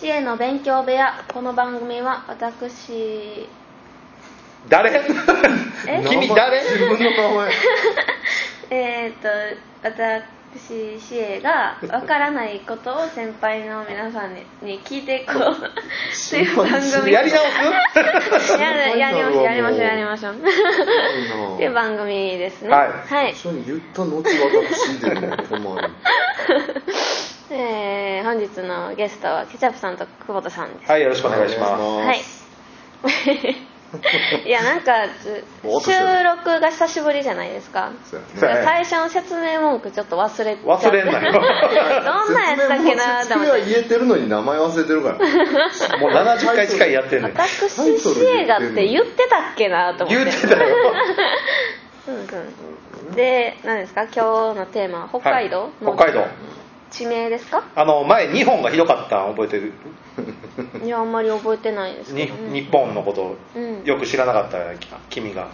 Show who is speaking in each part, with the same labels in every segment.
Speaker 1: 死への勉強部屋この番組は私
Speaker 2: 誰
Speaker 1: え
Speaker 2: 君誰
Speaker 3: 自分の名前
Speaker 1: えっ、と私死へがわからないことを先輩の皆さんにに聞いていこうという番組
Speaker 2: やり直
Speaker 1: すやるやりましょうやりましょうやりましょうっていう
Speaker 3: な
Speaker 1: 番組 ですね
Speaker 2: はい
Speaker 1: はい
Speaker 3: 一緒に言った後私でも困る
Speaker 1: えー本日のゲストはケチャップさんと久保田さんです
Speaker 2: すはいよろしくお願いします
Speaker 1: はい いやなんかず
Speaker 3: ぼーっとしてる
Speaker 1: 収録が久しぶりじゃないですか
Speaker 3: そうやね
Speaker 2: そうやね
Speaker 1: 最初の説明文句ちょっと忘れちゃって
Speaker 2: 忘れんな よ
Speaker 1: どんなやつだっけなと思
Speaker 3: 説明も説
Speaker 1: っ
Speaker 3: 明は
Speaker 1: て
Speaker 3: 言えてるのに名前忘れてるから
Speaker 2: もう70回近いやってんねん
Speaker 1: 私シエガって言ってたっけなと思って
Speaker 2: 言ってたよ
Speaker 1: うんうん、で何ですか今日のテーマは 北海道
Speaker 2: は
Speaker 1: の
Speaker 2: い北海道
Speaker 1: 地名ですか
Speaker 2: あの前日本がひどかったん覚えてる
Speaker 1: いやあんまり覚えてないですけ
Speaker 2: に
Speaker 1: どね、
Speaker 2: 日本のこと
Speaker 1: うん
Speaker 2: よく知らなかったよき君が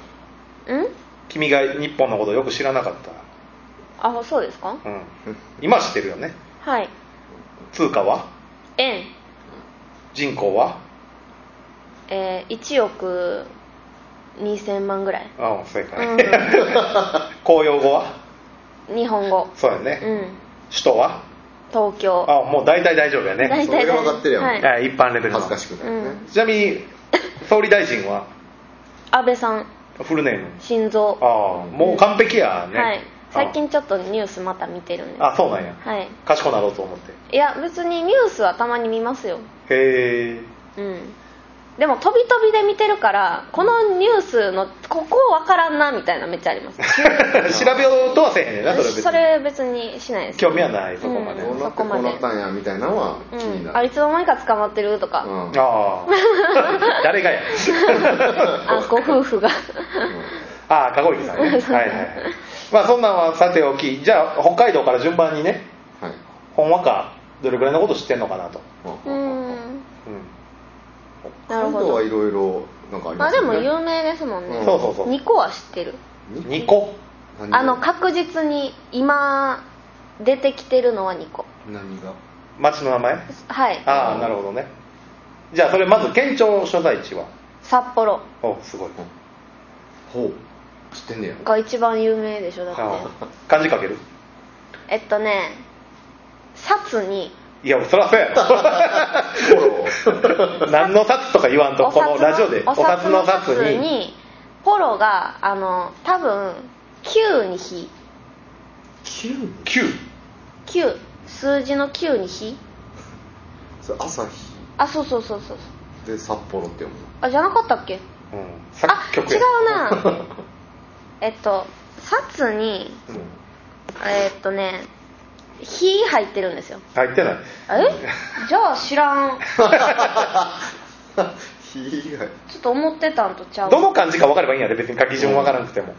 Speaker 1: うん
Speaker 2: 君が日本のことよく知らなかった
Speaker 1: あそうですか
Speaker 2: うん今知ってるよね
Speaker 1: はい
Speaker 2: 通貨は
Speaker 1: 円
Speaker 2: 人口は
Speaker 1: えー、1億2000万ぐらい、
Speaker 2: うん正
Speaker 1: う
Speaker 2: 解
Speaker 1: ん、
Speaker 2: 公用語は
Speaker 1: 日本語
Speaker 2: そうや
Speaker 1: う
Speaker 2: ね
Speaker 1: ん
Speaker 2: 首都は
Speaker 1: 東京
Speaker 2: あもう大体大丈夫やね
Speaker 1: 大体
Speaker 3: それが分かってるやん
Speaker 1: はい
Speaker 2: はい一般レベルの
Speaker 3: 恥ずかしくないね
Speaker 2: ちなみに総理大臣は
Speaker 1: 安倍さん
Speaker 2: フルネーム
Speaker 1: 心臓
Speaker 2: ああもう完璧やね、
Speaker 1: はい最
Speaker 2: あ
Speaker 1: 近ちょっとニュースまた見てるんです
Speaker 2: あそうなんや
Speaker 1: はい
Speaker 2: 賢なろうと思って
Speaker 1: いや別にニュースはたまに見ますよ
Speaker 2: へえ
Speaker 1: うんでも飛び飛びで見てるからこのニュースのここわからんなみたいなめっちゃあり ます
Speaker 2: 調べようとはせえへんねんなそれは別
Speaker 1: それ別
Speaker 2: に
Speaker 1: にしないです
Speaker 2: 興味はないそこまで、
Speaker 1: うん
Speaker 3: ど
Speaker 1: そ
Speaker 3: うなって
Speaker 1: こ
Speaker 3: こ
Speaker 1: まで
Speaker 3: うなったんやみたいなのは気に
Speaker 1: うん、
Speaker 3: な
Speaker 1: あ
Speaker 3: る
Speaker 1: いつの間にか捕まってるとか、
Speaker 3: うんうん
Speaker 2: ああ 誰がや
Speaker 1: あご夫婦が
Speaker 2: ああ籠池さんねはいはいはいまあそんなんはさておきじゃあ北海道から順番にね
Speaker 3: はい
Speaker 2: ほんわかどれぐらいのこと知ってんのかなと、
Speaker 1: うん
Speaker 2: う
Speaker 1: な
Speaker 3: な
Speaker 1: る
Speaker 3: る
Speaker 1: ほ
Speaker 3: ほ
Speaker 1: ど
Speaker 3: どはいろいろなんかあり
Speaker 1: あ
Speaker 3: ます
Speaker 1: でも
Speaker 3: よ
Speaker 1: 有名ですもんね、
Speaker 2: ん、そうそうそう
Speaker 1: 2個は知ってる
Speaker 2: 2個
Speaker 3: 何が
Speaker 1: あの確実に今出てきてるのは2個
Speaker 3: 何が
Speaker 2: 町の名前
Speaker 1: はい
Speaker 2: ああなるほどねじゃあそれまず県庁所在地は
Speaker 1: 札幌
Speaker 2: おすごい
Speaker 3: ほう知ってんねや
Speaker 1: が一番有名でしょだって
Speaker 2: ああ漢字書ける
Speaker 1: えっとね札に
Speaker 2: いやそらそう や ろ何の札とか言わんとこのラジオで
Speaker 1: お
Speaker 2: お札
Speaker 1: 札
Speaker 2: の
Speaker 1: の
Speaker 2: 札
Speaker 1: 札
Speaker 2: に
Speaker 1: にポロがあの多分9に火
Speaker 3: 九
Speaker 2: 九
Speaker 1: 9数字の9に火
Speaker 3: それ朝日
Speaker 1: あそうそうそうそう
Speaker 3: で札幌って読む
Speaker 1: あじゃなかったっけ
Speaker 2: うん
Speaker 1: あ
Speaker 2: 作
Speaker 1: 違
Speaker 2: 曲や
Speaker 1: うな えっと札に
Speaker 3: の
Speaker 1: えっとね火入ってるんですよ
Speaker 2: 入ってない
Speaker 1: え じゃあ知らん
Speaker 3: 日以外
Speaker 1: ちょっと思ってたんとちゃう
Speaker 2: どの漢字か分かればいいんやで別に書き順分からなくても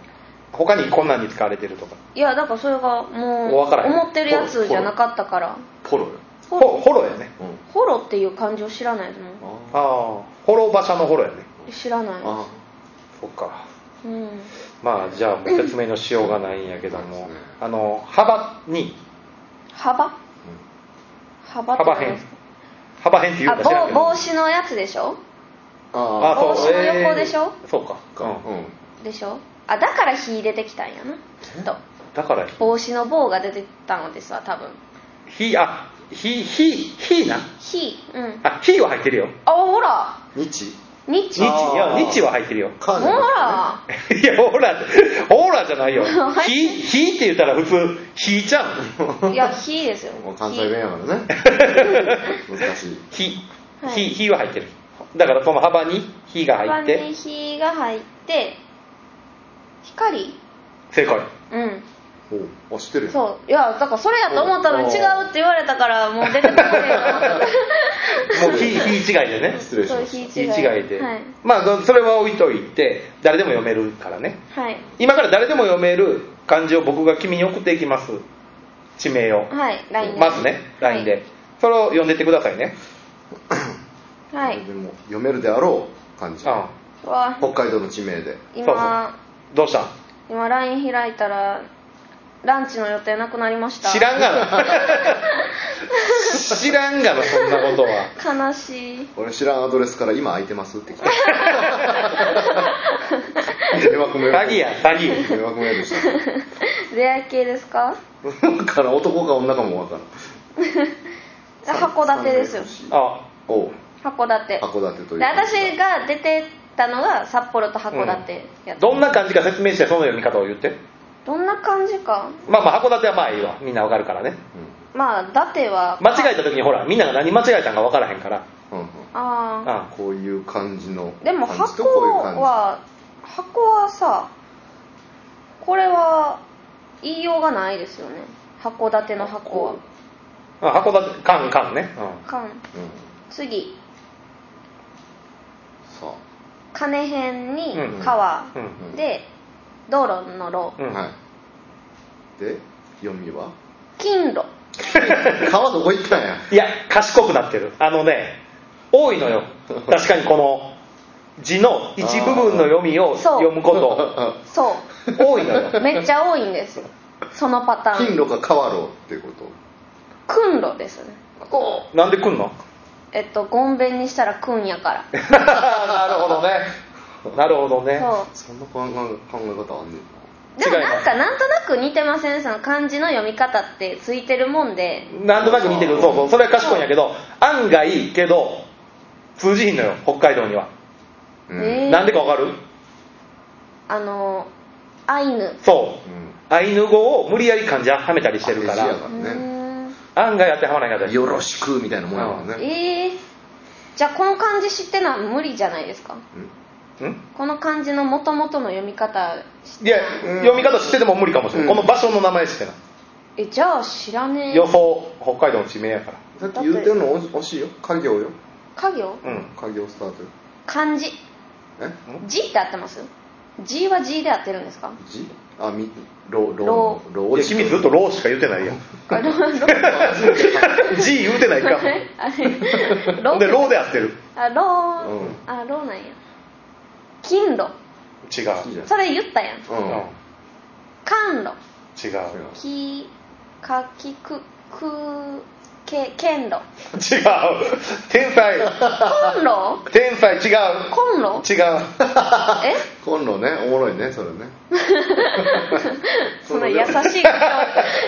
Speaker 2: 他にこんなんに使われてるとか
Speaker 1: いやだからそれがもう
Speaker 2: わからへん
Speaker 1: 思ってるやつじゃなかったから
Speaker 3: ポロよ
Speaker 1: ほ
Speaker 2: ほほろやね
Speaker 3: うん
Speaker 1: ホロっていう漢字を知らないですもん
Speaker 2: ああほろ馬車のほろやね
Speaker 1: 知らない
Speaker 3: あ
Speaker 2: そっか
Speaker 1: うん
Speaker 2: まあじゃあもう説明のしようがないんやけども、
Speaker 3: うん
Speaker 2: あの幅に
Speaker 1: 幅
Speaker 3: う
Speaker 1: 幅って
Speaker 2: 幅
Speaker 1: 何
Speaker 2: 辺
Speaker 1: ですか
Speaker 2: 幅辺っていう
Speaker 1: あ
Speaker 2: か知らん
Speaker 1: 帽
Speaker 2: けど
Speaker 1: 帽子のやつでしょ
Speaker 3: んあ
Speaker 2: あそう
Speaker 1: 帽子の横でしょ
Speaker 2: えーそうか、
Speaker 3: か
Speaker 2: うん
Speaker 3: うん
Speaker 1: でしょあだから火出てきたんやなきっと
Speaker 2: だから
Speaker 1: 帽子の棒が出てたのですわ多分
Speaker 2: ひあひひひな
Speaker 1: 火うん
Speaker 2: あひは入ってるよ
Speaker 1: あほら
Speaker 3: 日
Speaker 1: 日
Speaker 2: 日
Speaker 1: ほ
Speaker 2: い
Speaker 3: あー
Speaker 2: や日は入ってるよ
Speaker 3: カーネ
Speaker 1: ら
Speaker 2: いやほらほらじ ゃないよひひって言ったら普通ひいちゃう
Speaker 1: いや火ですよ
Speaker 3: もう関西弁やからね 難しい
Speaker 2: ひ
Speaker 1: はい
Speaker 2: ひひは入ってるだからその幅にひが入っ
Speaker 1: 幅に
Speaker 2: て
Speaker 1: 火が入って光
Speaker 2: 正解
Speaker 1: うん
Speaker 3: おあ知ってるう
Speaker 1: そういやだからそれやと思ったのに違うって言われたからもう出てこないと思った
Speaker 2: も うひひ違いでね
Speaker 3: 失礼し
Speaker 1: そう
Speaker 3: ま
Speaker 1: 火
Speaker 3: し
Speaker 1: 違い
Speaker 2: ひ違いで
Speaker 1: はい、
Speaker 2: まあそれは置いといて誰でも読めるからね
Speaker 1: はい
Speaker 2: 今から誰でも読める漢字を僕が君に送っていきます地名を
Speaker 1: はい、ライン
Speaker 2: まずね LINE で、それを読んでってくださいね
Speaker 3: た
Speaker 1: はい
Speaker 3: これでも読めるであろう感じ
Speaker 2: うん
Speaker 1: うわ
Speaker 3: 北海道の地名で
Speaker 1: 今
Speaker 2: そうどうしたん
Speaker 1: 今 LINE 開いたらランチの予定なくなりました
Speaker 2: 知らんが な知らんがなそんなことは
Speaker 1: 悲しい
Speaker 3: 俺知らんアドレスから今空いてますって来 た迷惑メール
Speaker 2: 詐欺や詐欺
Speaker 3: 迷惑メールした
Speaker 1: 出会い系ですか
Speaker 3: だから男か女かもわからん
Speaker 1: 函館ですよ
Speaker 2: あ
Speaker 3: おう
Speaker 1: 函館
Speaker 3: 函館という
Speaker 1: で私が出てったのが札幌と函館やった、
Speaker 2: どんな感じか説明してその読み方を言って
Speaker 1: どんな感じか
Speaker 2: まあまあ函館はまあいいわみんなわかるからね
Speaker 1: まあ伊達は
Speaker 2: 間違えた時にほらみんなが何間違えたんかわからへんから
Speaker 3: うんうんうん
Speaker 1: ああ
Speaker 2: あ
Speaker 3: こういう感じの
Speaker 1: でも
Speaker 3: 感じ
Speaker 1: 箱
Speaker 3: とこういう感じ
Speaker 1: は箱はさこれは言いようがないですよね函館の箱は
Speaker 2: あ函館缶缶ね、うん
Speaker 1: かん
Speaker 3: うん
Speaker 1: 次
Speaker 3: さ
Speaker 1: 金辺に
Speaker 2: うん
Speaker 1: 川、
Speaker 2: うん
Speaker 1: で道路の路、
Speaker 2: うん
Speaker 3: あはいで読みは
Speaker 1: 金路
Speaker 3: 川どこ行ったんや
Speaker 2: いや賢くなってるあのね多いのよ確かにこの字の一部分の読みを
Speaker 1: そう
Speaker 2: 読むこと
Speaker 1: そ
Speaker 2: 多いのよ
Speaker 1: うめっちゃ多いんですよそのパタ ーン
Speaker 3: 金路か川路ってこと
Speaker 1: 訓路ですねこ
Speaker 2: なんで来んの
Speaker 1: うえっとごんべんにしたら訓やから
Speaker 2: なるほどねなるほどね
Speaker 1: そう
Speaker 3: そんな考え考え方あんねんな
Speaker 1: でも
Speaker 2: 違います
Speaker 1: なんかなんとなく似てませんその漢字の読み方ってついてるもんで
Speaker 2: なんとなく似てるそうそうそれは賢いんやけど案外けど通じひんのよ北海道には、
Speaker 3: う
Speaker 1: え
Speaker 3: ん
Speaker 1: ー
Speaker 2: なんでかわかる
Speaker 1: あのアイヌ
Speaker 2: そううんアイヌ語を無理やり漢字はめたりしてるか
Speaker 3: あ手
Speaker 2: ら
Speaker 3: 字やか
Speaker 1: う
Speaker 3: ら
Speaker 1: ー
Speaker 3: ね
Speaker 1: ん
Speaker 2: 案外当てはまらない方です
Speaker 3: よろしくみたいなもんやもんね
Speaker 1: えー、じゃあこの漢字知ってのは無理じゃないですか
Speaker 2: ん
Speaker 1: この漢字のもともとの読み方知って
Speaker 2: いや、
Speaker 3: うん
Speaker 2: 読み方知ってても無理かもしれない、
Speaker 3: うん
Speaker 2: この場所の名前知ってない、
Speaker 1: えじゃあ知らねえ
Speaker 2: 予想北海道の地名やから
Speaker 3: さっき言ってるのお惜しいよ家業よ
Speaker 1: 家業
Speaker 2: うん
Speaker 3: 家業スタートよ
Speaker 1: 漢字
Speaker 3: え
Speaker 1: 字って合ってます字は字で合ってるんですか
Speaker 3: 字あみろろ
Speaker 1: ろ
Speaker 3: ろ
Speaker 2: いや君ずっと「ロー」しか言うて ない やん
Speaker 1: あの
Speaker 2: 「G」言うてない
Speaker 1: あれ
Speaker 2: かほ
Speaker 1: ロ
Speaker 2: んで「ロー」で合ってる
Speaker 1: あロー、
Speaker 3: うん
Speaker 1: あローなんや金路
Speaker 2: 違う
Speaker 3: いいじゃん
Speaker 1: それ言ったやん
Speaker 3: う
Speaker 2: うん
Speaker 3: ん
Speaker 1: 甘露
Speaker 2: 違う
Speaker 1: きかきくくけ剣 路
Speaker 2: 違う天才
Speaker 1: コンロ
Speaker 2: 天才違う
Speaker 1: コンロ
Speaker 2: 違う
Speaker 1: え
Speaker 3: コンロねおもろいねそれ ね
Speaker 1: その優しい口調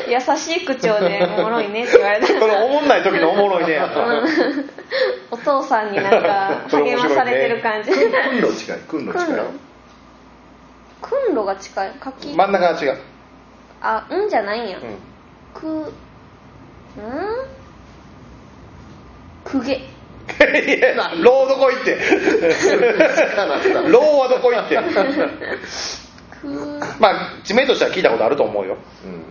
Speaker 1: 優しい口調でおもろいねって言われた
Speaker 2: そ れおもんない時のおもろいねやから
Speaker 1: お父さんになんか
Speaker 2: それ
Speaker 1: 励ま
Speaker 2: 面白いね
Speaker 1: されてる感じ
Speaker 3: 訓路近い訓路
Speaker 1: コン
Speaker 3: 近い
Speaker 1: ロコンロが近いかき、
Speaker 2: 真ん中が違う、
Speaker 1: あうんじゃないんや、
Speaker 2: うん、
Speaker 1: くうんくげ
Speaker 2: いやローどこ行 ってローはどこ行って
Speaker 1: く
Speaker 2: まあ地名としては聞いたことあると思うよ
Speaker 3: うん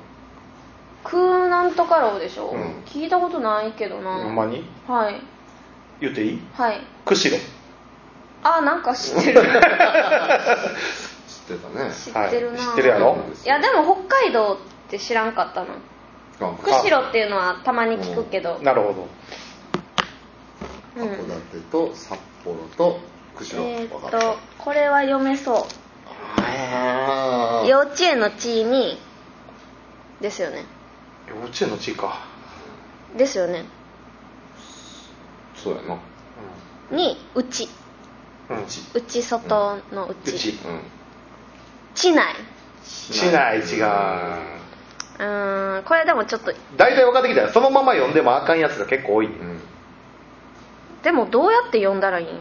Speaker 1: くなんとかろうでしょ、
Speaker 2: うん
Speaker 1: 聞いたことないけどな、
Speaker 2: ほんまに
Speaker 1: はい
Speaker 2: 言っていい
Speaker 1: はい
Speaker 2: 釧路
Speaker 1: あなんか知ってる
Speaker 3: 知ってたね
Speaker 1: 知ってるな、
Speaker 2: はい知ってるやろ
Speaker 1: いやでも北海道って知らんかったな
Speaker 3: あ
Speaker 1: 釧路っていうのはたまに聞くけど、
Speaker 2: なるほど
Speaker 1: うん
Speaker 3: 函館と札幌と釧路
Speaker 1: えー
Speaker 3: わ
Speaker 1: っ
Speaker 3: かった
Speaker 1: とこれは読めそう
Speaker 3: あー
Speaker 1: 幼稚園の地にですよね
Speaker 2: 幼稚園の地位か、
Speaker 1: ですよね
Speaker 3: そうやな
Speaker 1: にうち
Speaker 2: うんうん、
Speaker 1: うち外のう
Speaker 2: う
Speaker 1: ち
Speaker 2: ち
Speaker 1: 地内
Speaker 2: 市内違
Speaker 1: う
Speaker 2: う
Speaker 1: ーんこれでもちょっと
Speaker 2: 大体分かってきたよそのまま読んでもあかんやつが結構多い、
Speaker 3: うん
Speaker 1: でもどうやって読んだらいいん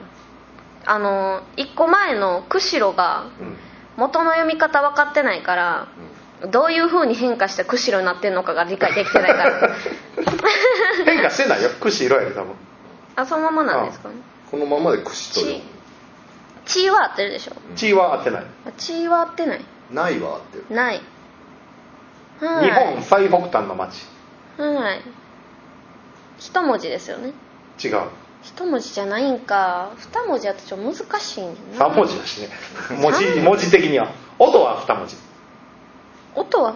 Speaker 1: あの1個前の釧路が
Speaker 2: うん
Speaker 1: 元の読み方分かってないからどういう風に変化して釧路になってんのかが理解できてないから
Speaker 2: 変化してないよ串色やで多分
Speaker 1: あそのままなんですかね
Speaker 3: このままで串と読む
Speaker 1: 血は合ってるでしょ
Speaker 2: 地位は合ってない、
Speaker 1: 血は合ってない
Speaker 3: ないはあってる
Speaker 1: ないはい
Speaker 2: 日本最北端の町
Speaker 1: はい一文字ですよね
Speaker 2: 違う
Speaker 1: 一文字じゃないんか二文字やとちょっと難しいんだよな
Speaker 2: 3文字だしね文字文字的には音は2文字
Speaker 1: 音は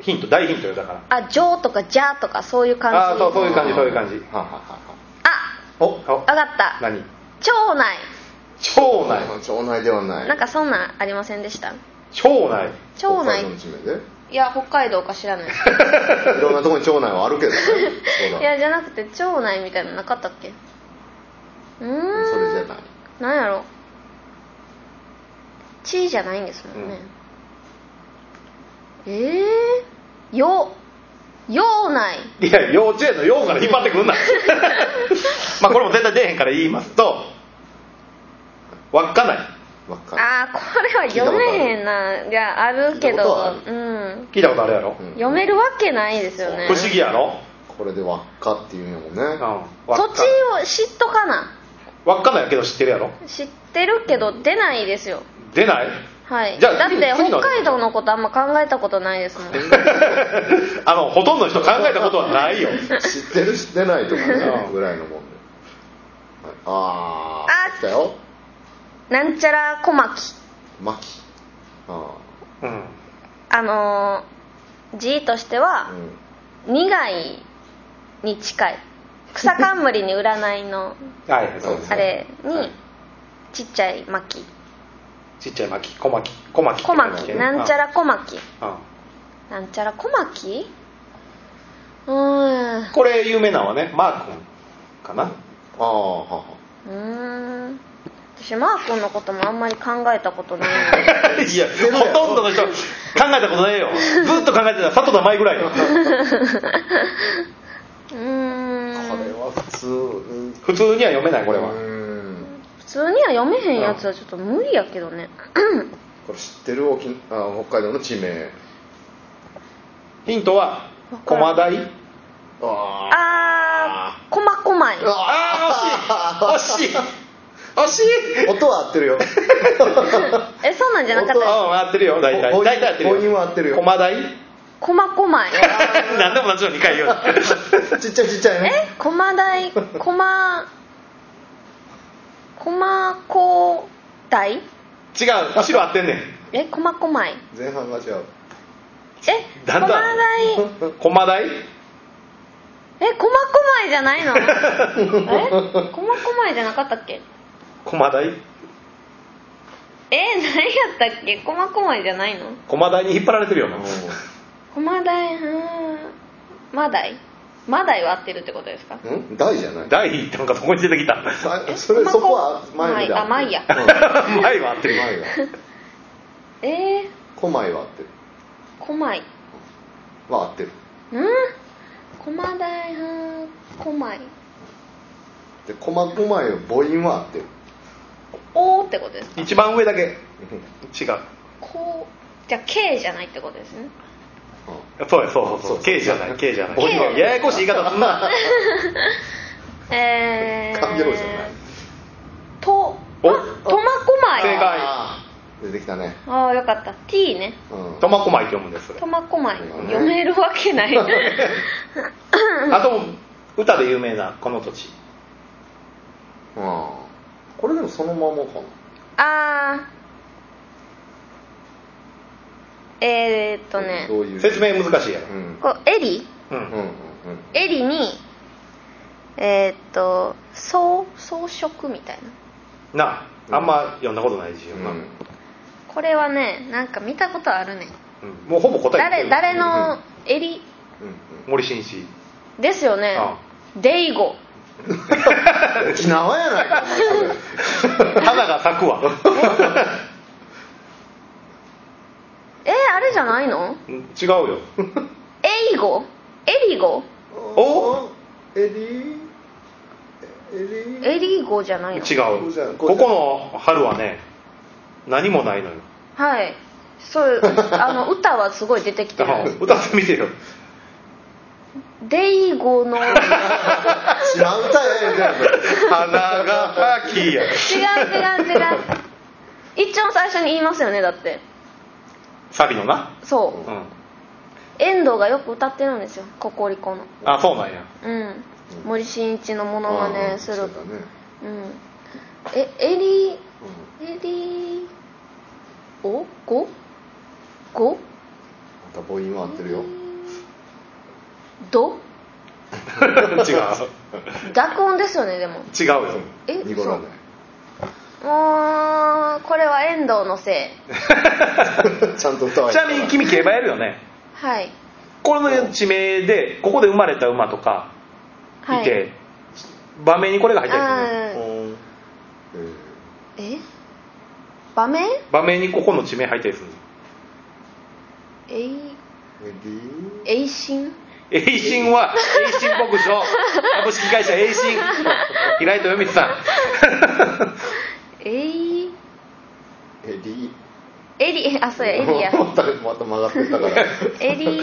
Speaker 2: ヒント大ヒントよだから
Speaker 1: あ「じょ」とか「じゃ」とかそういう感じ
Speaker 2: ああーそうそういう感じそういう感じ
Speaker 3: はははは
Speaker 1: あ
Speaker 2: おお
Speaker 1: 分かった
Speaker 2: 何
Speaker 1: 町内
Speaker 2: 町内
Speaker 3: 町内ではない
Speaker 1: なんかそんなんありませんでした
Speaker 2: 町内
Speaker 1: 町内
Speaker 3: 北海道の地名で
Speaker 1: いや北海道か知ら ない
Speaker 3: いろんなとこに町内はあ るけどねそう
Speaker 1: い
Speaker 3: だ
Speaker 1: やじゃなくて町内みたいなのなかったっけうーん
Speaker 3: それじゃない
Speaker 1: なんやろ地じゃないんですもんね、ええー、よよ内
Speaker 2: いや幼稚園の幼から引っ張ってく んなまあこれも絶対出えへんから言いますと稚内
Speaker 3: わかる
Speaker 1: ああこれは読めへんないやあるけ
Speaker 3: 聞いたこ
Speaker 1: ど
Speaker 3: とはある
Speaker 1: うん
Speaker 2: 聞いたことあるやろ、
Speaker 3: うん
Speaker 1: 読めるわけないですよね
Speaker 2: 不思議やろ、
Speaker 3: これで輪っかっていうんやもんね
Speaker 2: うん、稚
Speaker 1: 土地を知っとかな
Speaker 2: 稚内やけど知ってるやろ
Speaker 1: 知ってるけど出ないですよ
Speaker 2: 出ない
Speaker 1: はい
Speaker 2: じゃあ
Speaker 1: だって北
Speaker 2: 次の
Speaker 1: 海道のことあんま考えたことないですもん
Speaker 2: あのほとんどの人考えたことはないよ
Speaker 3: 知ってる知ってないとかね
Speaker 2: うん
Speaker 3: ぐらいのもんではいあ
Speaker 1: あ
Speaker 3: あ来たよ
Speaker 1: なんちゃら小牧
Speaker 3: 巻きあ
Speaker 2: うん
Speaker 1: あのー、字として
Speaker 3: あ
Speaker 1: は
Speaker 3: う、ん
Speaker 1: 苦いに近い草冠に占い の
Speaker 2: はいそうです
Speaker 1: あれ
Speaker 3: は
Speaker 1: に
Speaker 3: い
Speaker 1: ちっちゃい巻
Speaker 2: ちっちゃい巻き小巻き小巻き
Speaker 1: 小巻なんちゃ
Speaker 2: ら、
Speaker 1: ら小巻
Speaker 2: うん
Speaker 1: なんちゃら小巻うーんう
Speaker 2: これ有名なのはねマー君かな
Speaker 3: ああはは
Speaker 1: ーん私マー君のこともあんまり考えたことないん で
Speaker 2: いやほとんどの人考えたこと ないよずっと考えてた佐藤田舞ぐらいよ
Speaker 1: うー
Speaker 3: これ
Speaker 1: ん
Speaker 3: は普通うん
Speaker 2: 普通には読めないこれ
Speaker 3: う
Speaker 2: は
Speaker 3: ん
Speaker 1: 普通には読めへんやつはちょっと無理やけどね
Speaker 3: これ知ってる沖あ北海道の地名
Speaker 2: ヒントは
Speaker 1: わかる
Speaker 2: 駒台
Speaker 3: ああ
Speaker 1: あーこまこまい
Speaker 2: ああ惜しい惜しい惜しい
Speaker 3: 音は合ってるよ
Speaker 1: えそうなんじゃなかったです
Speaker 2: ああ合ってるよ大体
Speaker 3: ほほい
Speaker 2: 大体合ってるよ
Speaker 3: ほいは合ってるよ
Speaker 2: 駒台
Speaker 1: 駒駒井
Speaker 2: 何でも同じの2回 言うな
Speaker 3: ちっちゃいちっちゃいね
Speaker 1: え駒台駒駒高台
Speaker 2: 違う後ろ合ってんねん
Speaker 1: え駒駒井
Speaker 3: 前半が違う
Speaker 1: え
Speaker 2: だ
Speaker 1: 駒
Speaker 2: んだん
Speaker 1: 台
Speaker 2: 駒台
Speaker 1: え駒駒井じゃない のえ駒駒井じゃなかったっけ
Speaker 2: 駒台
Speaker 1: え何やったっけ駒駒井じゃないの
Speaker 2: 駒台に引っ張られてるよな
Speaker 1: 駒台うーんマダイマダイは合ってるってことですか
Speaker 3: うん大じゃない
Speaker 2: 台なんかそこに出てきた
Speaker 3: さそれそこは前
Speaker 1: ま
Speaker 3: だ
Speaker 1: あまあいいや
Speaker 3: うん
Speaker 2: 前は合ってるよ
Speaker 3: 前だ
Speaker 1: えー、
Speaker 3: 小前は合ってる
Speaker 1: 駒井
Speaker 3: は合ってる
Speaker 1: うん駒台は駒井
Speaker 3: で小ま小前は母音は合ってる
Speaker 1: おーってことですか
Speaker 2: 一番上だけ
Speaker 3: うん
Speaker 2: 違う
Speaker 1: こうじゃあ K じゃないってことです ね
Speaker 2: そうやそうそうそう
Speaker 3: そう
Speaker 2: K じゃない K じゃない
Speaker 1: おいおい
Speaker 2: ややこしい言い方すんな
Speaker 1: えー、
Speaker 3: 勘定じゃない
Speaker 1: と
Speaker 2: お
Speaker 1: あ苫小牧
Speaker 2: 正解
Speaker 3: あー出てきたね
Speaker 1: ああよかった T ね
Speaker 3: うん
Speaker 2: 苫小牧って読むんですそれ
Speaker 1: 苫小牧
Speaker 3: うん
Speaker 1: 読めるわけない
Speaker 2: あと歌で有名なこの土地
Speaker 3: あーこれでもそのままかな
Speaker 1: あーえー、っとね
Speaker 3: どういう
Speaker 2: 説明難しいやろ
Speaker 3: うんうん
Speaker 1: こうエリ
Speaker 2: う
Speaker 3: うんうん
Speaker 2: ん
Speaker 1: エリにえー、っと装装飾みたいな
Speaker 2: なああんま読んだことない字よ
Speaker 3: うん
Speaker 2: な
Speaker 1: これはねなんか見たことあるね
Speaker 2: うんもうほぼ答え
Speaker 1: 誰誰のエリ
Speaker 3: うん
Speaker 2: 森進一
Speaker 1: ですよね
Speaker 2: あ
Speaker 1: デイゴ
Speaker 3: 沖縄やないかお前それ
Speaker 2: 花が咲くわ
Speaker 1: えー、あれじゃないの
Speaker 2: うん違うよ
Speaker 1: エイゴエリゴ
Speaker 2: お
Speaker 3: エリーエリー
Speaker 1: エリゴじゃないの
Speaker 2: 違
Speaker 3: こうじゃん
Speaker 2: う
Speaker 3: こうじ
Speaker 2: こ
Speaker 3: ゃん
Speaker 2: この春はね何もないのよ
Speaker 1: はいそうあの歌はすごい出てきてる
Speaker 2: 歌ってみてよ
Speaker 1: デイゴの違う違う
Speaker 3: 違う歌やみ たいな
Speaker 2: 花が咲きや
Speaker 1: 違う一応最初に言いますよねだって
Speaker 2: サビのな
Speaker 1: そううん遠藤がよく歌ってるんですよココリコの
Speaker 2: あそうなん や
Speaker 1: うん森進一のものまねす
Speaker 3: そ
Speaker 1: る
Speaker 3: うだね
Speaker 1: うんえエリ
Speaker 3: うん
Speaker 1: エリおゴゴ
Speaker 3: また母音は合ってるよ
Speaker 1: ド
Speaker 2: 違う
Speaker 1: 濁音ですよねでも
Speaker 2: 違うよ
Speaker 1: え
Speaker 3: 濁らない
Speaker 1: あのこれは遠藤のせい
Speaker 3: ちゃんと歌わ
Speaker 2: ちなみに君競馬やるよね
Speaker 1: はい
Speaker 2: この地名でここで生まれた馬とか
Speaker 1: はい
Speaker 2: いて、場面にこれが入ってるんですよね
Speaker 1: あー
Speaker 3: うんえー
Speaker 1: え場面
Speaker 2: 場面にここの地名入ったりするんです
Speaker 1: えい
Speaker 3: メディ
Speaker 1: えいしん
Speaker 2: 栄信は栄信牧場株式会社栄信平井豊光さん
Speaker 1: えい
Speaker 3: エリ
Speaker 1: えりあそうやえり や
Speaker 3: またまた曲がってたから
Speaker 1: えり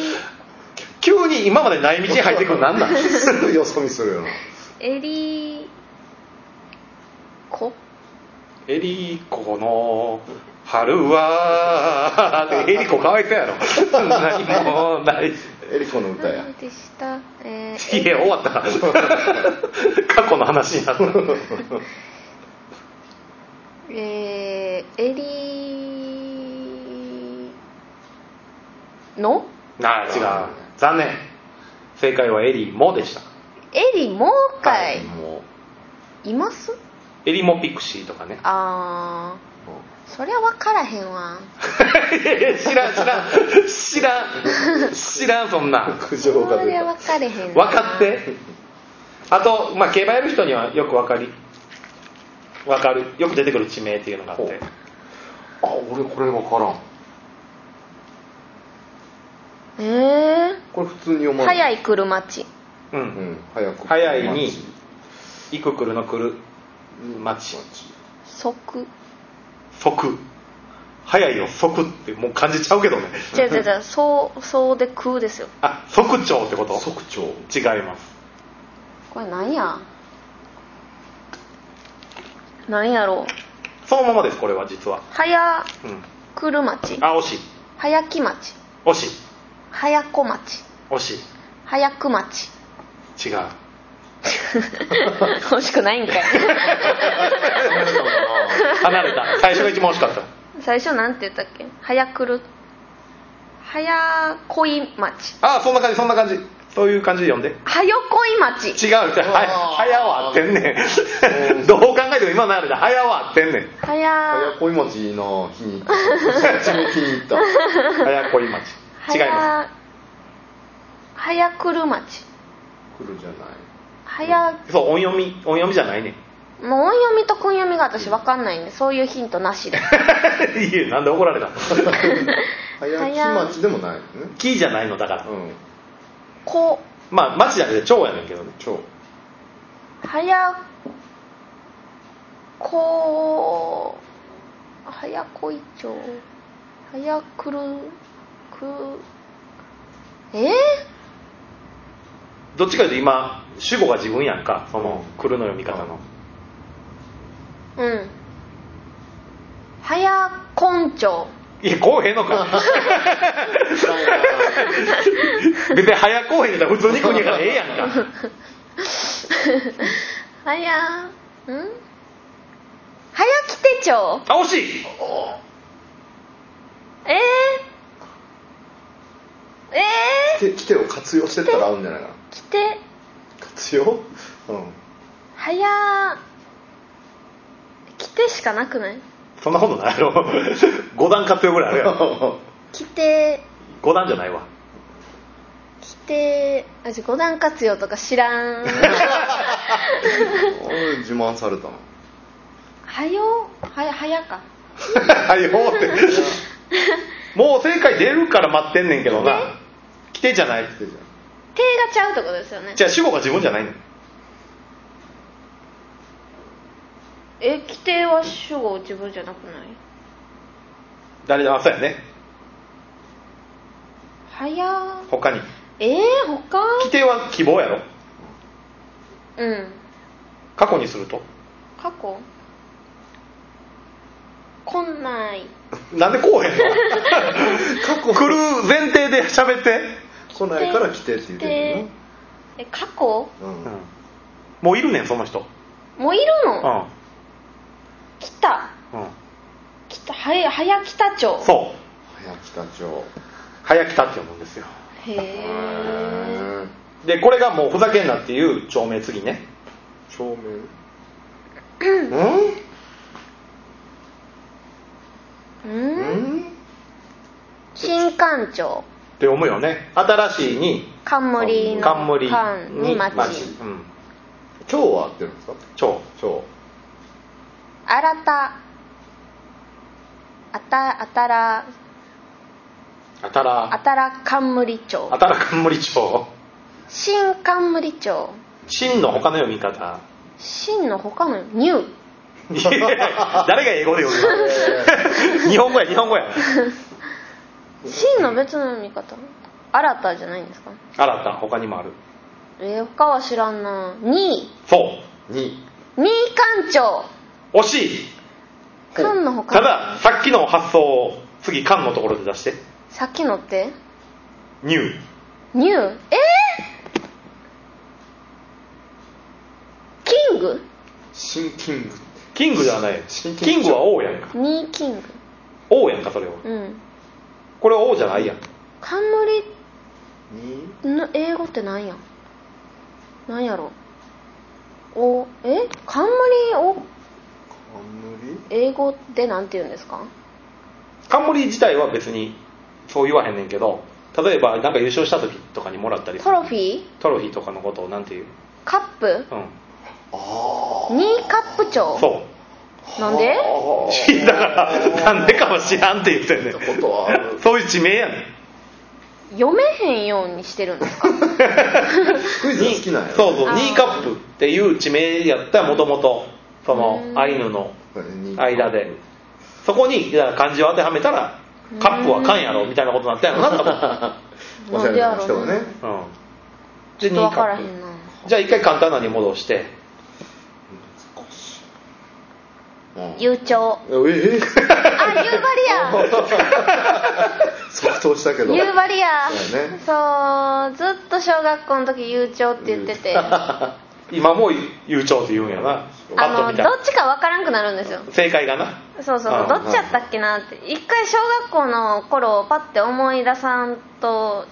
Speaker 2: 急に今までない道に入ってくるなんなん
Speaker 3: すぐ よそ見するよな
Speaker 1: えりこ
Speaker 2: エリコの春はってエリコかわいそうやろ何もないい
Speaker 3: エリコの歌や
Speaker 1: 何でしたえー
Speaker 2: や終わった過去の話になった
Speaker 1: えー、エリの
Speaker 2: なあ違う残念正解はエリモでした
Speaker 1: エリもうかい、
Speaker 2: も
Speaker 1: い、ます
Speaker 2: うエリモピクシーとかね
Speaker 1: あーそりゃ分からへんわ
Speaker 2: 知らん知らん知らん知らんそんな
Speaker 3: 苦
Speaker 1: そ
Speaker 3: 情が出
Speaker 1: りゃ
Speaker 3: た
Speaker 1: 分かれへん
Speaker 2: 分かってあと、まあ、競馬やる人にはよく分かり分かるよく出てくる地名っていうのがあっ
Speaker 3: ほ
Speaker 2: て
Speaker 3: うあ俺これ分からん
Speaker 1: ええ
Speaker 3: これ普通に読ま
Speaker 1: ー、
Speaker 3: ない
Speaker 1: 早い車地
Speaker 2: う
Speaker 3: うんん早く
Speaker 2: 早いに行く来るの来る町
Speaker 1: 即
Speaker 2: 即早いよ即ってもう感じちゃうけどね
Speaker 1: 違う違う 違うそうそうで食うですよ
Speaker 2: あ即長ってこと
Speaker 3: 即調
Speaker 2: 違います
Speaker 1: これなんやなんやろう
Speaker 2: そのままですこれは実は
Speaker 1: 早
Speaker 2: うん
Speaker 1: 車町
Speaker 2: あ惜しい
Speaker 1: 早木町
Speaker 2: 惜しい
Speaker 1: 早子町
Speaker 2: 惜し
Speaker 1: 早く 町
Speaker 2: い違う
Speaker 1: 欲しくないんか い
Speaker 2: 離れた最初が一番惜しかった
Speaker 1: 最初なんて言ったっけ早くる早恋町
Speaker 2: あそんな感じそんな感じそういう感じで読んで
Speaker 1: 早恋町
Speaker 2: 違うっては早は合ってんねんどう考えても今のあれで早は合ってんねん
Speaker 1: 早
Speaker 3: 早恋町いいな気に入ったそっちも気に入った
Speaker 2: 早恋町違いま
Speaker 1: 早早くる町
Speaker 3: 来るじゃない
Speaker 1: 早
Speaker 2: すそう音読み音読みじゃ ないねん
Speaker 1: もう音読みと訓読みが私分かんないんでそういうヒントなしで
Speaker 2: いやなんで怒られたの
Speaker 3: 早木町でもないよね
Speaker 2: 木じゃないのだから
Speaker 3: うん
Speaker 1: こ
Speaker 2: まあ町じゃなくて町やねんけどね
Speaker 3: 超
Speaker 1: 早こ早こいちょ早くるくえ
Speaker 2: どっちかというと今主語が自分やんかその来るの読み方の
Speaker 1: ー、うん早根性
Speaker 2: いやこうへんのか 別に早こうへんねんから普通に来んねんからええやん か
Speaker 1: 早ん早来てちょ
Speaker 2: あ惜しい
Speaker 1: えー、えー、
Speaker 3: で来てを活用してったら合うんじゃないかな
Speaker 1: 来て
Speaker 3: 活用うん
Speaker 1: 早来てしかなくない
Speaker 2: そんなことないやろ5 段活用ぐらいあるやろ
Speaker 1: 来て
Speaker 2: 5段じゃないわ
Speaker 1: 来てあじゃあ五段活用とか知 らん
Speaker 3: 俺自慢されたな
Speaker 1: はよはやはや か
Speaker 2: はいよってもう正解出るから待ってんねんけどな来てじゃない
Speaker 3: 来てじゃん
Speaker 1: 手がちゃうってことですよね
Speaker 2: じゃあ主語が自分じゃないねん
Speaker 1: え規定は主語自分じゃなくない
Speaker 2: 誰だあそうやね
Speaker 1: はや
Speaker 2: 他に
Speaker 1: えー、他
Speaker 2: 規定は希望やろ
Speaker 1: うん
Speaker 2: 過去にすると
Speaker 1: 過去こんない
Speaker 2: なんでこうへんの来る前提で喋って、
Speaker 3: 来ないから来てって言ってる
Speaker 1: でえ過去
Speaker 3: のうん
Speaker 2: もういるねんその人
Speaker 1: もういる
Speaker 2: う
Speaker 1: の
Speaker 2: ん、
Speaker 1: 来た
Speaker 2: うん、
Speaker 1: 来たはやはや北町
Speaker 2: そう
Speaker 3: 早北町
Speaker 2: 早来たって読むんですよ
Speaker 1: へえ
Speaker 3: へえ
Speaker 2: でこれがもうふざけんなっていう町名次ね
Speaker 3: 町名
Speaker 2: うん
Speaker 3: うんん
Speaker 1: 新館長
Speaker 2: て思うよね新しいに
Speaker 1: 冠の
Speaker 2: 冠に
Speaker 1: 冠に町
Speaker 2: うん
Speaker 3: 蝶は合ってるんですか
Speaker 2: 蝶
Speaker 3: 蝶
Speaker 1: 新たあたあたら
Speaker 2: あたら
Speaker 1: あたら冠町
Speaker 2: あたら冠蝶
Speaker 1: 新冠町
Speaker 2: 真の他の読み方
Speaker 1: 新の他のニュー
Speaker 2: いや誰が英語で読 むの日本語や日本語や
Speaker 1: 新の別の見方新たじゃないんですか
Speaker 2: 新た他にもある
Speaker 1: えー、他は知らんな二
Speaker 2: そう
Speaker 3: に
Speaker 1: 二館長
Speaker 2: 惜しい
Speaker 1: 館の他
Speaker 2: たださっきの発想を次「缶」のところで出して
Speaker 1: さっきのって
Speaker 2: 「ニュー
Speaker 1: ニューえー、キング
Speaker 3: シンキング」
Speaker 2: キングじゃない
Speaker 3: 新
Speaker 2: キングは王やんか
Speaker 1: ニーキング
Speaker 2: 王やんかそれは
Speaker 1: うん
Speaker 2: これは王じゃないやん
Speaker 1: 冠
Speaker 3: に
Speaker 1: の英語ってなんやなんやろおえ冠を
Speaker 3: 冠
Speaker 1: 英語でなんて言うんですか
Speaker 2: 冠自体は別にそう言わへんねんけど例えばなんか優勝した時とかにもらったり
Speaker 1: トロフィー
Speaker 2: トロフィーとかのことをなんていう
Speaker 1: カップ
Speaker 2: うん
Speaker 3: あ
Speaker 1: ニーカップ長
Speaker 2: そ
Speaker 1: なんで
Speaker 2: う だからなんでかも知らんって言ってんね
Speaker 3: ってことはあ
Speaker 2: ん
Speaker 3: る
Speaker 2: そういう地名やねん
Speaker 1: 読めへんようにしてるんですか
Speaker 3: クイズ好きなんや
Speaker 2: そうそう
Speaker 1: あー
Speaker 2: ニーカップっていう地名やったもともとその
Speaker 1: うん
Speaker 2: アイヌの
Speaker 3: これに
Speaker 2: 間でそこにだから漢字を当てはめたらカップは缶やろみたいなことになったんやろな
Speaker 3: お世話になった人
Speaker 1: な
Speaker 3: が
Speaker 1: んでや
Speaker 3: ね
Speaker 1: ろ
Speaker 2: 多分うん
Speaker 1: ちょっと分からへ
Speaker 2: ニ
Speaker 1: ん
Speaker 2: ー
Speaker 1: な
Speaker 2: カップじゃあ一回簡単なに戻して
Speaker 3: うん
Speaker 1: 悠長
Speaker 3: ええ
Speaker 1: あ夕張や
Speaker 3: 即答したけど
Speaker 1: 夕張や
Speaker 3: そうやね
Speaker 1: そうずっと小学校の時悠長って言っててあ
Speaker 2: 今もう悠長って言うんやなパッと
Speaker 1: の
Speaker 2: 見
Speaker 1: ど
Speaker 2: た
Speaker 1: っちか分からんくなるんですよ
Speaker 2: 正解がな
Speaker 1: そうそう
Speaker 2: あ
Speaker 1: そ
Speaker 2: あ
Speaker 1: うどっちやったっけなって一回小学校の頃をパッて思い出さんと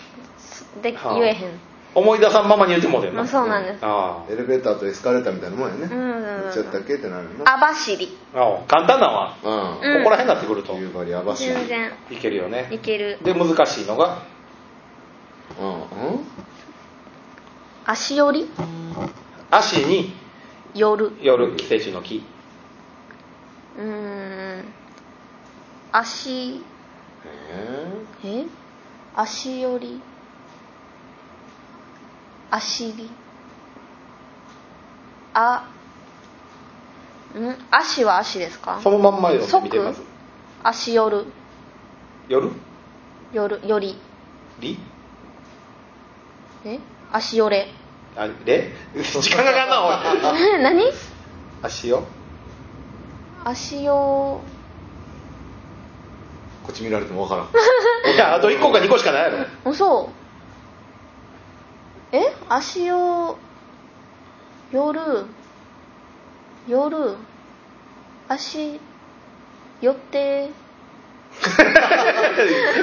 Speaker 1: で
Speaker 2: はあ
Speaker 1: 言えへん
Speaker 2: 思い出さんままに言ってもうてん
Speaker 1: ま
Speaker 2: な
Speaker 1: あそうなんです
Speaker 2: あ
Speaker 3: エレベーターとエスカレーターみたいなもんやね
Speaker 1: うんうんうん
Speaker 3: どっちやったっけってなるよな
Speaker 1: 網走
Speaker 2: あああ簡単なのは
Speaker 3: う
Speaker 1: うん
Speaker 2: ここら辺になってくると
Speaker 3: ん夕張やばし
Speaker 1: 全然
Speaker 2: いけるよ
Speaker 1: い
Speaker 2: ね
Speaker 1: ける
Speaker 2: で難しいのが
Speaker 3: うんうん
Speaker 1: 足寄り
Speaker 2: 足に
Speaker 1: 夜
Speaker 2: よる寄生虫の木
Speaker 1: うーん足
Speaker 3: え
Speaker 1: え足寄り足りあん足は足ですか
Speaker 2: そのまんま読んでみてます
Speaker 1: 即足寄る
Speaker 2: よる
Speaker 1: 寄る寄り
Speaker 2: り
Speaker 1: え足寄れ
Speaker 2: あれ時間がかかんなおい
Speaker 1: 何
Speaker 2: 足よ
Speaker 1: 足寄
Speaker 3: ーこっち見られてもわからん
Speaker 2: いやあと1個か2個しかないやろ
Speaker 1: うそうえ足寄寄る寄る足寄って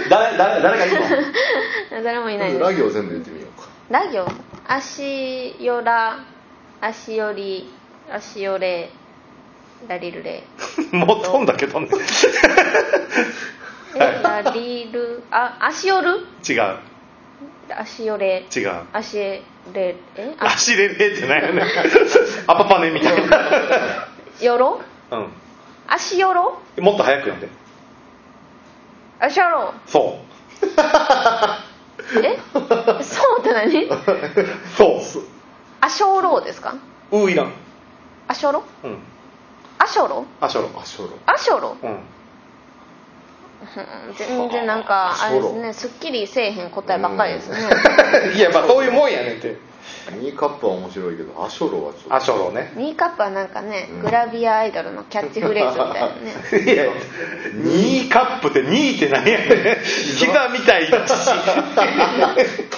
Speaker 2: 誰誰誰がいいの
Speaker 1: 誰もいないです
Speaker 3: ラ行全部言ってみようか
Speaker 1: ラ行足よら足より足よれラリルレ
Speaker 2: もう飛んだけどね
Speaker 1: えラリルあ足よる
Speaker 2: 違う
Speaker 1: 足よれ
Speaker 2: 違う
Speaker 1: 足れえあ
Speaker 2: 足れれってないよねアパパネみた いな
Speaker 1: よろ
Speaker 2: う
Speaker 1: 足よろ
Speaker 2: んもっと早く読んで
Speaker 1: 足よろ
Speaker 2: そ
Speaker 1: えそうって何
Speaker 2: う そう
Speaker 1: あしょろうですか
Speaker 2: うーいらん
Speaker 1: あしょろ
Speaker 2: うん
Speaker 1: あしょろ
Speaker 2: あしょろ
Speaker 3: あしょろ
Speaker 1: あしょろ
Speaker 2: うん
Speaker 1: うん全然なんかあれですねすっきりせえへん答えばっかりですね
Speaker 2: いやまあそういうもんやねんって
Speaker 3: ニーカップは面白いけどアショロはちょっと
Speaker 2: あしょろね
Speaker 1: ニーカップはなんかね
Speaker 3: うん
Speaker 1: グラビアアイドルのキャッチフレーズみたいなね
Speaker 2: いや2カップって2って何やねん膝みたいな 父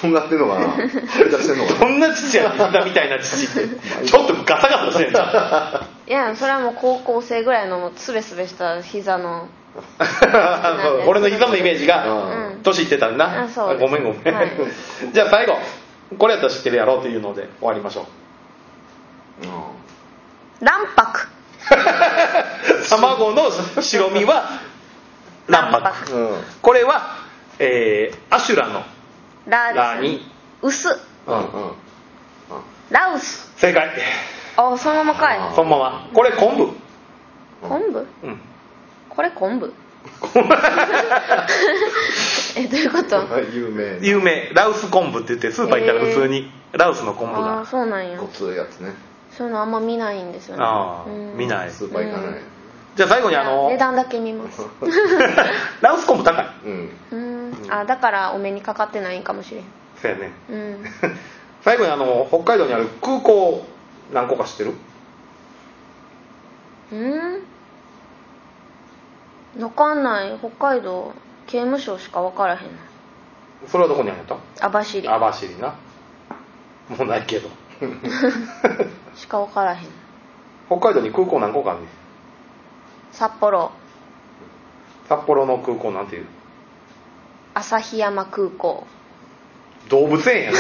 Speaker 3: とんがってんのかな 張り出してんのか
Speaker 2: そんな父やねん膝みたいな父ってちょっとガサガサしてんじゃん
Speaker 1: いやそれはもう高校生ぐらいのもうスベスベした膝の
Speaker 2: そう 俺の膝のイメージが
Speaker 3: な、
Speaker 1: うん
Speaker 2: 年いってたんな
Speaker 1: あそうです
Speaker 2: ごめんごめん、
Speaker 1: はい
Speaker 2: じゃあ最後これやったら知ってるやろうというので終わりましょう
Speaker 3: う
Speaker 1: 卵白
Speaker 2: 卵の白身は卵白
Speaker 1: 卵白
Speaker 3: うん
Speaker 2: これは、えーアシュラの
Speaker 1: ラ
Speaker 2: ラ
Speaker 1: ーです
Speaker 2: に、
Speaker 1: 薄
Speaker 3: うんうん
Speaker 1: ラウス
Speaker 2: 正解
Speaker 1: あそのままかい
Speaker 3: あー
Speaker 2: そのままこれ昆布
Speaker 1: 昆布
Speaker 2: うん
Speaker 1: これ昆 布えどういうことあ
Speaker 3: 有名な
Speaker 2: 有名ラウス昆布って言ってスーパー行ったら普通にラウスの昆布
Speaker 1: あー
Speaker 2: が
Speaker 1: そうなんや
Speaker 3: ごついやつね
Speaker 1: そういうのあんま見ないんですよね
Speaker 2: あ
Speaker 1: う
Speaker 2: あ
Speaker 1: ん
Speaker 2: 見ない
Speaker 3: スーパー行かない
Speaker 2: じゃあ最後にあの
Speaker 1: 値段だけ見ます
Speaker 2: ラウス昆布高い
Speaker 3: うん
Speaker 1: うんあだからお目にかかってないんかもしれん
Speaker 2: そうやね
Speaker 1: うん
Speaker 2: 最後にあの北海道にある空港何個か知ってる
Speaker 1: うんわかんない北海道刑務所しか分からへん
Speaker 2: それはどこにあるんやっ
Speaker 1: 網走
Speaker 2: た網走なもうないけ ど
Speaker 1: しか分からへん
Speaker 2: 北海道に空港何個かあるねん
Speaker 1: 札幌
Speaker 2: 札幌の空港なんていう
Speaker 1: 旭山空港
Speaker 2: 動物園や ね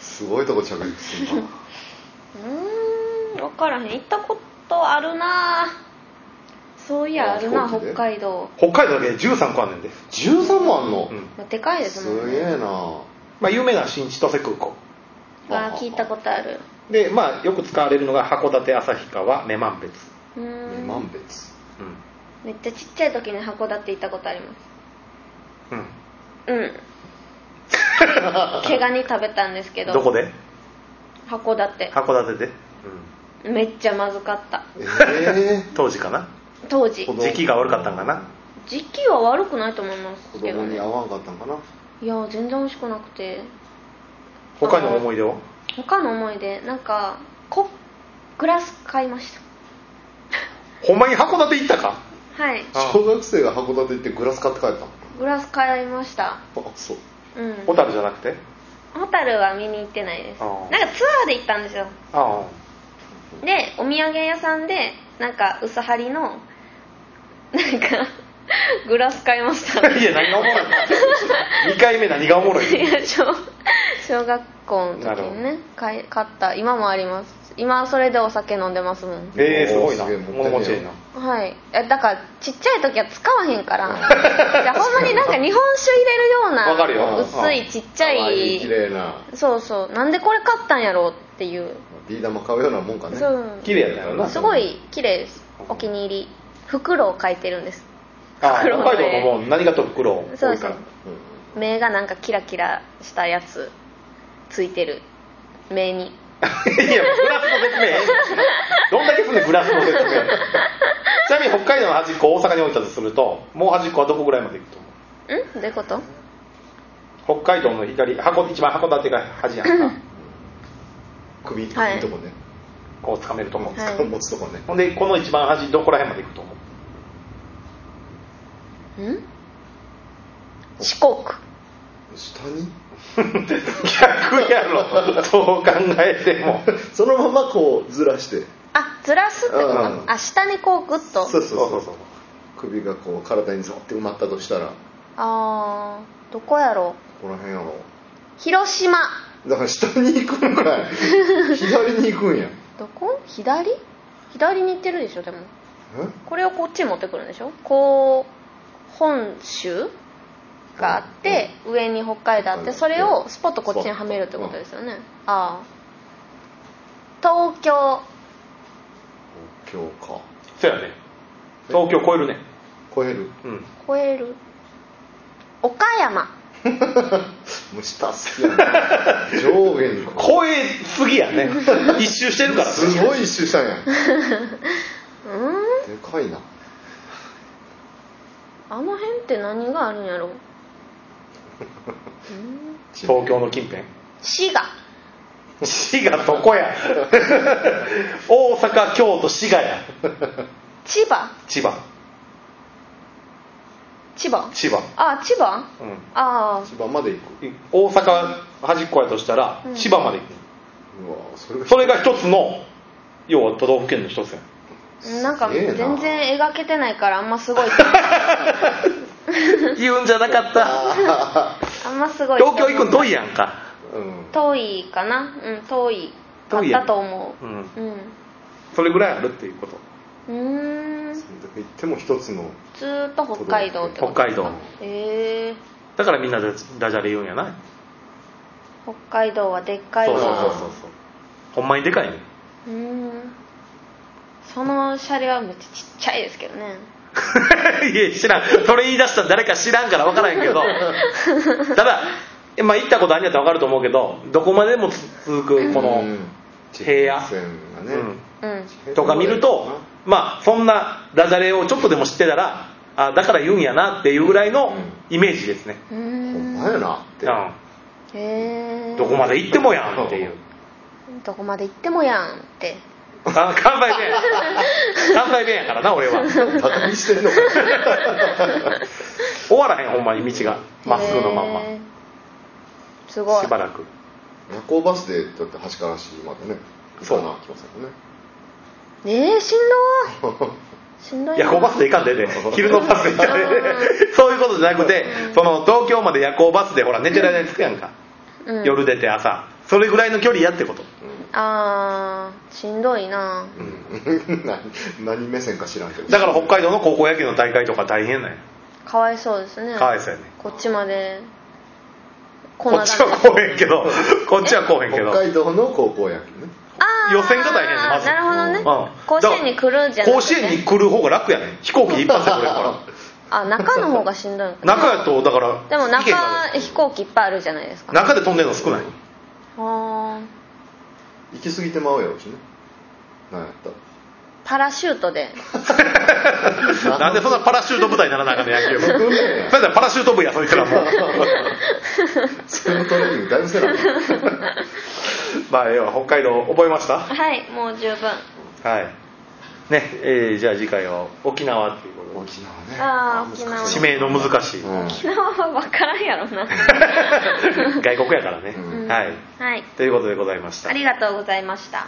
Speaker 3: すごいとこ着陸するな
Speaker 1: うーん分からへん行ったことあるなそういや
Speaker 3: あ
Speaker 1: あるな
Speaker 3: 飛行機
Speaker 1: 北
Speaker 3: で
Speaker 1: 海道
Speaker 2: 北海道だけで13個あんねんで、
Speaker 3: 13もあんの
Speaker 2: うん
Speaker 1: まあでかいですも
Speaker 3: す
Speaker 1: ん
Speaker 3: げ
Speaker 1: ね
Speaker 3: えな
Speaker 2: まあ、有名な新千歳空港
Speaker 1: あー聞いたことある
Speaker 2: で、まあ、よく使われるのが函館旭川女満別、
Speaker 1: う
Speaker 3: 二
Speaker 1: ーん
Speaker 3: 万別
Speaker 2: う
Speaker 1: めっちゃちっちゃい時に函館行ったことあります
Speaker 2: んうん、
Speaker 1: うん 毛ガニ食べたんですけど
Speaker 2: どこで
Speaker 1: 函館
Speaker 2: 函館で、
Speaker 1: めっちゃまずかった
Speaker 3: え
Speaker 2: 当時かな
Speaker 1: 当時
Speaker 3: 子供
Speaker 2: 時期が悪かったんかな
Speaker 1: 時期は悪くないと思いま
Speaker 3: え子
Speaker 1: すけど、
Speaker 3: 供に
Speaker 1: ね
Speaker 3: 合、わんかったんかない
Speaker 1: や全然美味しくなくて
Speaker 2: 他の思い出を
Speaker 1: 他の思い出なんかこグラス買いまし
Speaker 2: ほんまに函館行ったか
Speaker 1: たはい
Speaker 2: あ
Speaker 3: 小学生が函館行ってグラス買って帰ったの
Speaker 1: グラス買いました
Speaker 3: あそう
Speaker 1: うん
Speaker 2: 小樽じゃなくて
Speaker 1: ホタルは見に行ってないです
Speaker 2: あ
Speaker 1: な
Speaker 2: ー
Speaker 1: んかツアーで行ったんですよ
Speaker 2: あ
Speaker 1: でお土産屋さんでなんか薄張りのなんか グラス買いました
Speaker 2: あいや何がおもろ い2回目何がおもろい
Speaker 1: い や小小学校の
Speaker 2: なる
Speaker 1: 時
Speaker 2: ほ
Speaker 1: に
Speaker 2: ど
Speaker 1: ね買い買った今もあります今それでお酒飲んでますもん
Speaker 2: えー、すごいな
Speaker 3: おーすげえ持
Speaker 2: 物持
Speaker 3: ってんねや
Speaker 2: ちいいな
Speaker 1: はいえだからちっちゃい時は使わへんからじゃあほんまになんか日本酒入れるよう
Speaker 2: わかる
Speaker 1: な
Speaker 2: よ
Speaker 1: 薄いちっちゃ
Speaker 3: 可愛い綺
Speaker 1: い
Speaker 3: 麗な
Speaker 1: そうそうなんでこれ買ったんやろうっていう
Speaker 3: ビー玉買うようなもんかね
Speaker 1: そう
Speaker 2: 綺麗やったよな
Speaker 1: すごい綺麗ですお気に入り袋を描いてるんです
Speaker 2: ああ北
Speaker 1: 袋ね
Speaker 2: 海道のもう何がと袋多い
Speaker 1: そうで
Speaker 2: か
Speaker 1: すね
Speaker 2: ら
Speaker 3: う
Speaker 1: 目がなんかキラキラしたやつついてる目に
Speaker 2: いや、グラスの説明ええねんどんだけすんねん、グラスの 説明。ちなみに北海道の端っこを大阪に置いたとすると、もう端っこはどこぐらいまで行くと思
Speaker 1: んどういうこと
Speaker 2: う北海道の左、箱一番函館が端やんか、
Speaker 3: ん首首
Speaker 1: はい
Speaker 3: のとこね
Speaker 2: こう掴めると思う。
Speaker 1: はい
Speaker 3: 持つとこね
Speaker 2: ほんで、この一番端、どこら辺まで行くと思う
Speaker 1: うん四国
Speaker 3: 下に
Speaker 2: 逆やろ、そう考えても。
Speaker 3: そのままこうずらして
Speaker 1: あずらすってこと
Speaker 3: うん
Speaker 1: あ下にこうグッと
Speaker 3: そうそう
Speaker 2: そ
Speaker 3: そうう
Speaker 2: そうそう
Speaker 3: 首がこう体にゾって埋まったとしたら
Speaker 1: あーどこやろ
Speaker 3: この辺やろ
Speaker 1: う広島
Speaker 3: だから下に行くんか い左に行くんや
Speaker 1: どこ左左に行ってるでしょでも
Speaker 3: え
Speaker 1: これをこっちに持ってくるんでしょこう本州があって、上に北海道あって
Speaker 3: 北海道あって
Speaker 1: それをスポッとこっちにはめるってことですよね、ああ東京
Speaker 3: 東京か
Speaker 2: そうやね。東京超えるね。
Speaker 3: 超える
Speaker 2: うん。
Speaker 1: 超える岡山
Speaker 3: もう下好きやな上下にこ
Speaker 2: 超えすぎや ね。一周してるから。
Speaker 3: うすごい一周したんやで
Speaker 1: うん
Speaker 3: かいな
Speaker 1: あの辺って何があるんや ろ
Speaker 2: 東京の近辺。
Speaker 1: 滋賀
Speaker 2: 滋賀どこや 大阪京都滋賀や
Speaker 1: 千葉
Speaker 2: 千葉
Speaker 1: 千葉
Speaker 2: 千葉
Speaker 1: あ千葉
Speaker 2: うん
Speaker 1: ああ
Speaker 3: 千葉まで行く
Speaker 2: 大阪端っこやとしたら
Speaker 1: うん
Speaker 2: 千葉まで行
Speaker 3: うわそれが
Speaker 2: くそれが一つの要は都道府県の一つや
Speaker 1: なんか
Speaker 3: すげえな
Speaker 1: 全然描けてないからあんます ごい
Speaker 2: 言うんじゃなかった
Speaker 1: あんますごい
Speaker 2: 東京行くん遠いやんか
Speaker 3: うん
Speaker 1: 遠いかなうん遠い
Speaker 2: 遠い
Speaker 1: だ
Speaker 2: やん
Speaker 1: ったと思
Speaker 2: うん
Speaker 1: ううん
Speaker 2: それぐらいあるっていうこと
Speaker 1: うーんん
Speaker 3: その時行っても一つの
Speaker 1: ずーっと北海道ってこ
Speaker 2: 北
Speaker 1: と
Speaker 2: 海道
Speaker 1: へえー、
Speaker 2: だからみんなダダジャレ言うんやな
Speaker 1: 北海道はでっかい
Speaker 2: そう
Speaker 1: な
Speaker 2: そう
Speaker 3: あ
Speaker 2: そう
Speaker 3: ー
Speaker 2: そうほんまにでかいね
Speaker 1: うーんそのシャレはめっちゃちっちゃいですけどね
Speaker 2: いや知らんそれ言い出したら誰か知らんから分からんけどただえまあ行ったことあるんやったら分かると思うけどどこまでもつ続くこの、
Speaker 3: うん
Speaker 2: 部屋
Speaker 3: 地平線がね、
Speaker 1: うん
Speaker 2: とか見るとまあそんなダジャレをちょっとでも知ってたらあだから言うんやなっていうぐらいのイメージですね、
Speaker 1: う
Speaker 3: ほ
Speaker 1: ー
Speaker 3: ん
Speaker 1: ん
Speaker 3: まやなって、
Speaker 2: う
Speaker 1: へえ
Speaker 2: ん、どこまで行ってもやんっていう
Speaker 1: どこまで行ってもやんって
Speaker 2: あ関西弁関西弁やからな俺は
Speaker 3: バカにしてんの か
Speaker 2: 終わらへんほんまに道がまっすぐのまんます
Speaker 1: ごい
Speaker 2: しばらく
Speaker 3: 夜行バスでだって端から端までね
Speaker 2: そう
Speaker 3: 行かなきませんもんね
Speaker 1: えー、しんどいしんどいな
Speaker 2: 夜行バスで行かん でね昼のバスで行かんでねそういうことじゃなくてその東京まで夜行バスでほら寝てる間に着くやんか、
Speaker 1: うん、
Speaker 2: 夜出て朝それぐらいの距離やってこと
Speaker 1: あーしんどいな
Speaker 3: うん 何何目線か知らんけど
Speaker 2: だから北海道の高校野球の大会とか大変なんや
Speaker 1: かわいそうですね
Speaker 2: かわいそうやね
Speaker 1: こっちまでこ
Speaker 2: こっちは来へんけどこっちは来へんけど
Speaker 3: 北海道の高校野球ね
Speaker 1: あー
Speaker 2: 予選が大変ねまず
Speaker 1: なるほどね、
Speaker 2: うん
Speaker 1: 甲子園に来るんじゃなくて、ね、
Speaker 2: 甲子園に来る方が楽やね飛行機一発で来れるか
Speaker 1: あ中の方がしん どいの
Speaker 2: ら中やとだから
Speaker 1: でも
Speaker 2: 意見があ
Speaker 1: 中
Speaker 2: る
Speaker 1: 飛行機いっぱいあるじゃないですか
Speaker 2: 中で飛んでるの少ない
Speaker 1: あー
Speaker 3: 行き過ぎてまうやろうしね何やった
Speaker 1: パラシュートで
Speaker 2: なんでそんなパラシュート部隊にならなあかんね野球部
Speaker 3: 僕ね
Speaker 2: それだパラシュート部やそいつ らもう
Speaker 3: そのトレーニングだいぶせな
Speaker 2: まあええわ北海道覚えました
Speaker 1: はいもう十 分
Speaker 2: はいねえーじゃあ次回は沖縄っていうこと
Speaker 3: 沖縄ね
Speaker 1: あー沖縄
Speaker 2: で地名の難しい、
Speaker 3: うん
Speaker 1: 沖縄は分からんやろな
Speaker 2: 外国やからね、
Speaker 3: うん
Speaker 2: はい
Speaker 1: はい
Speaker 2: ということでございました
Speaker 1: ありがとうございました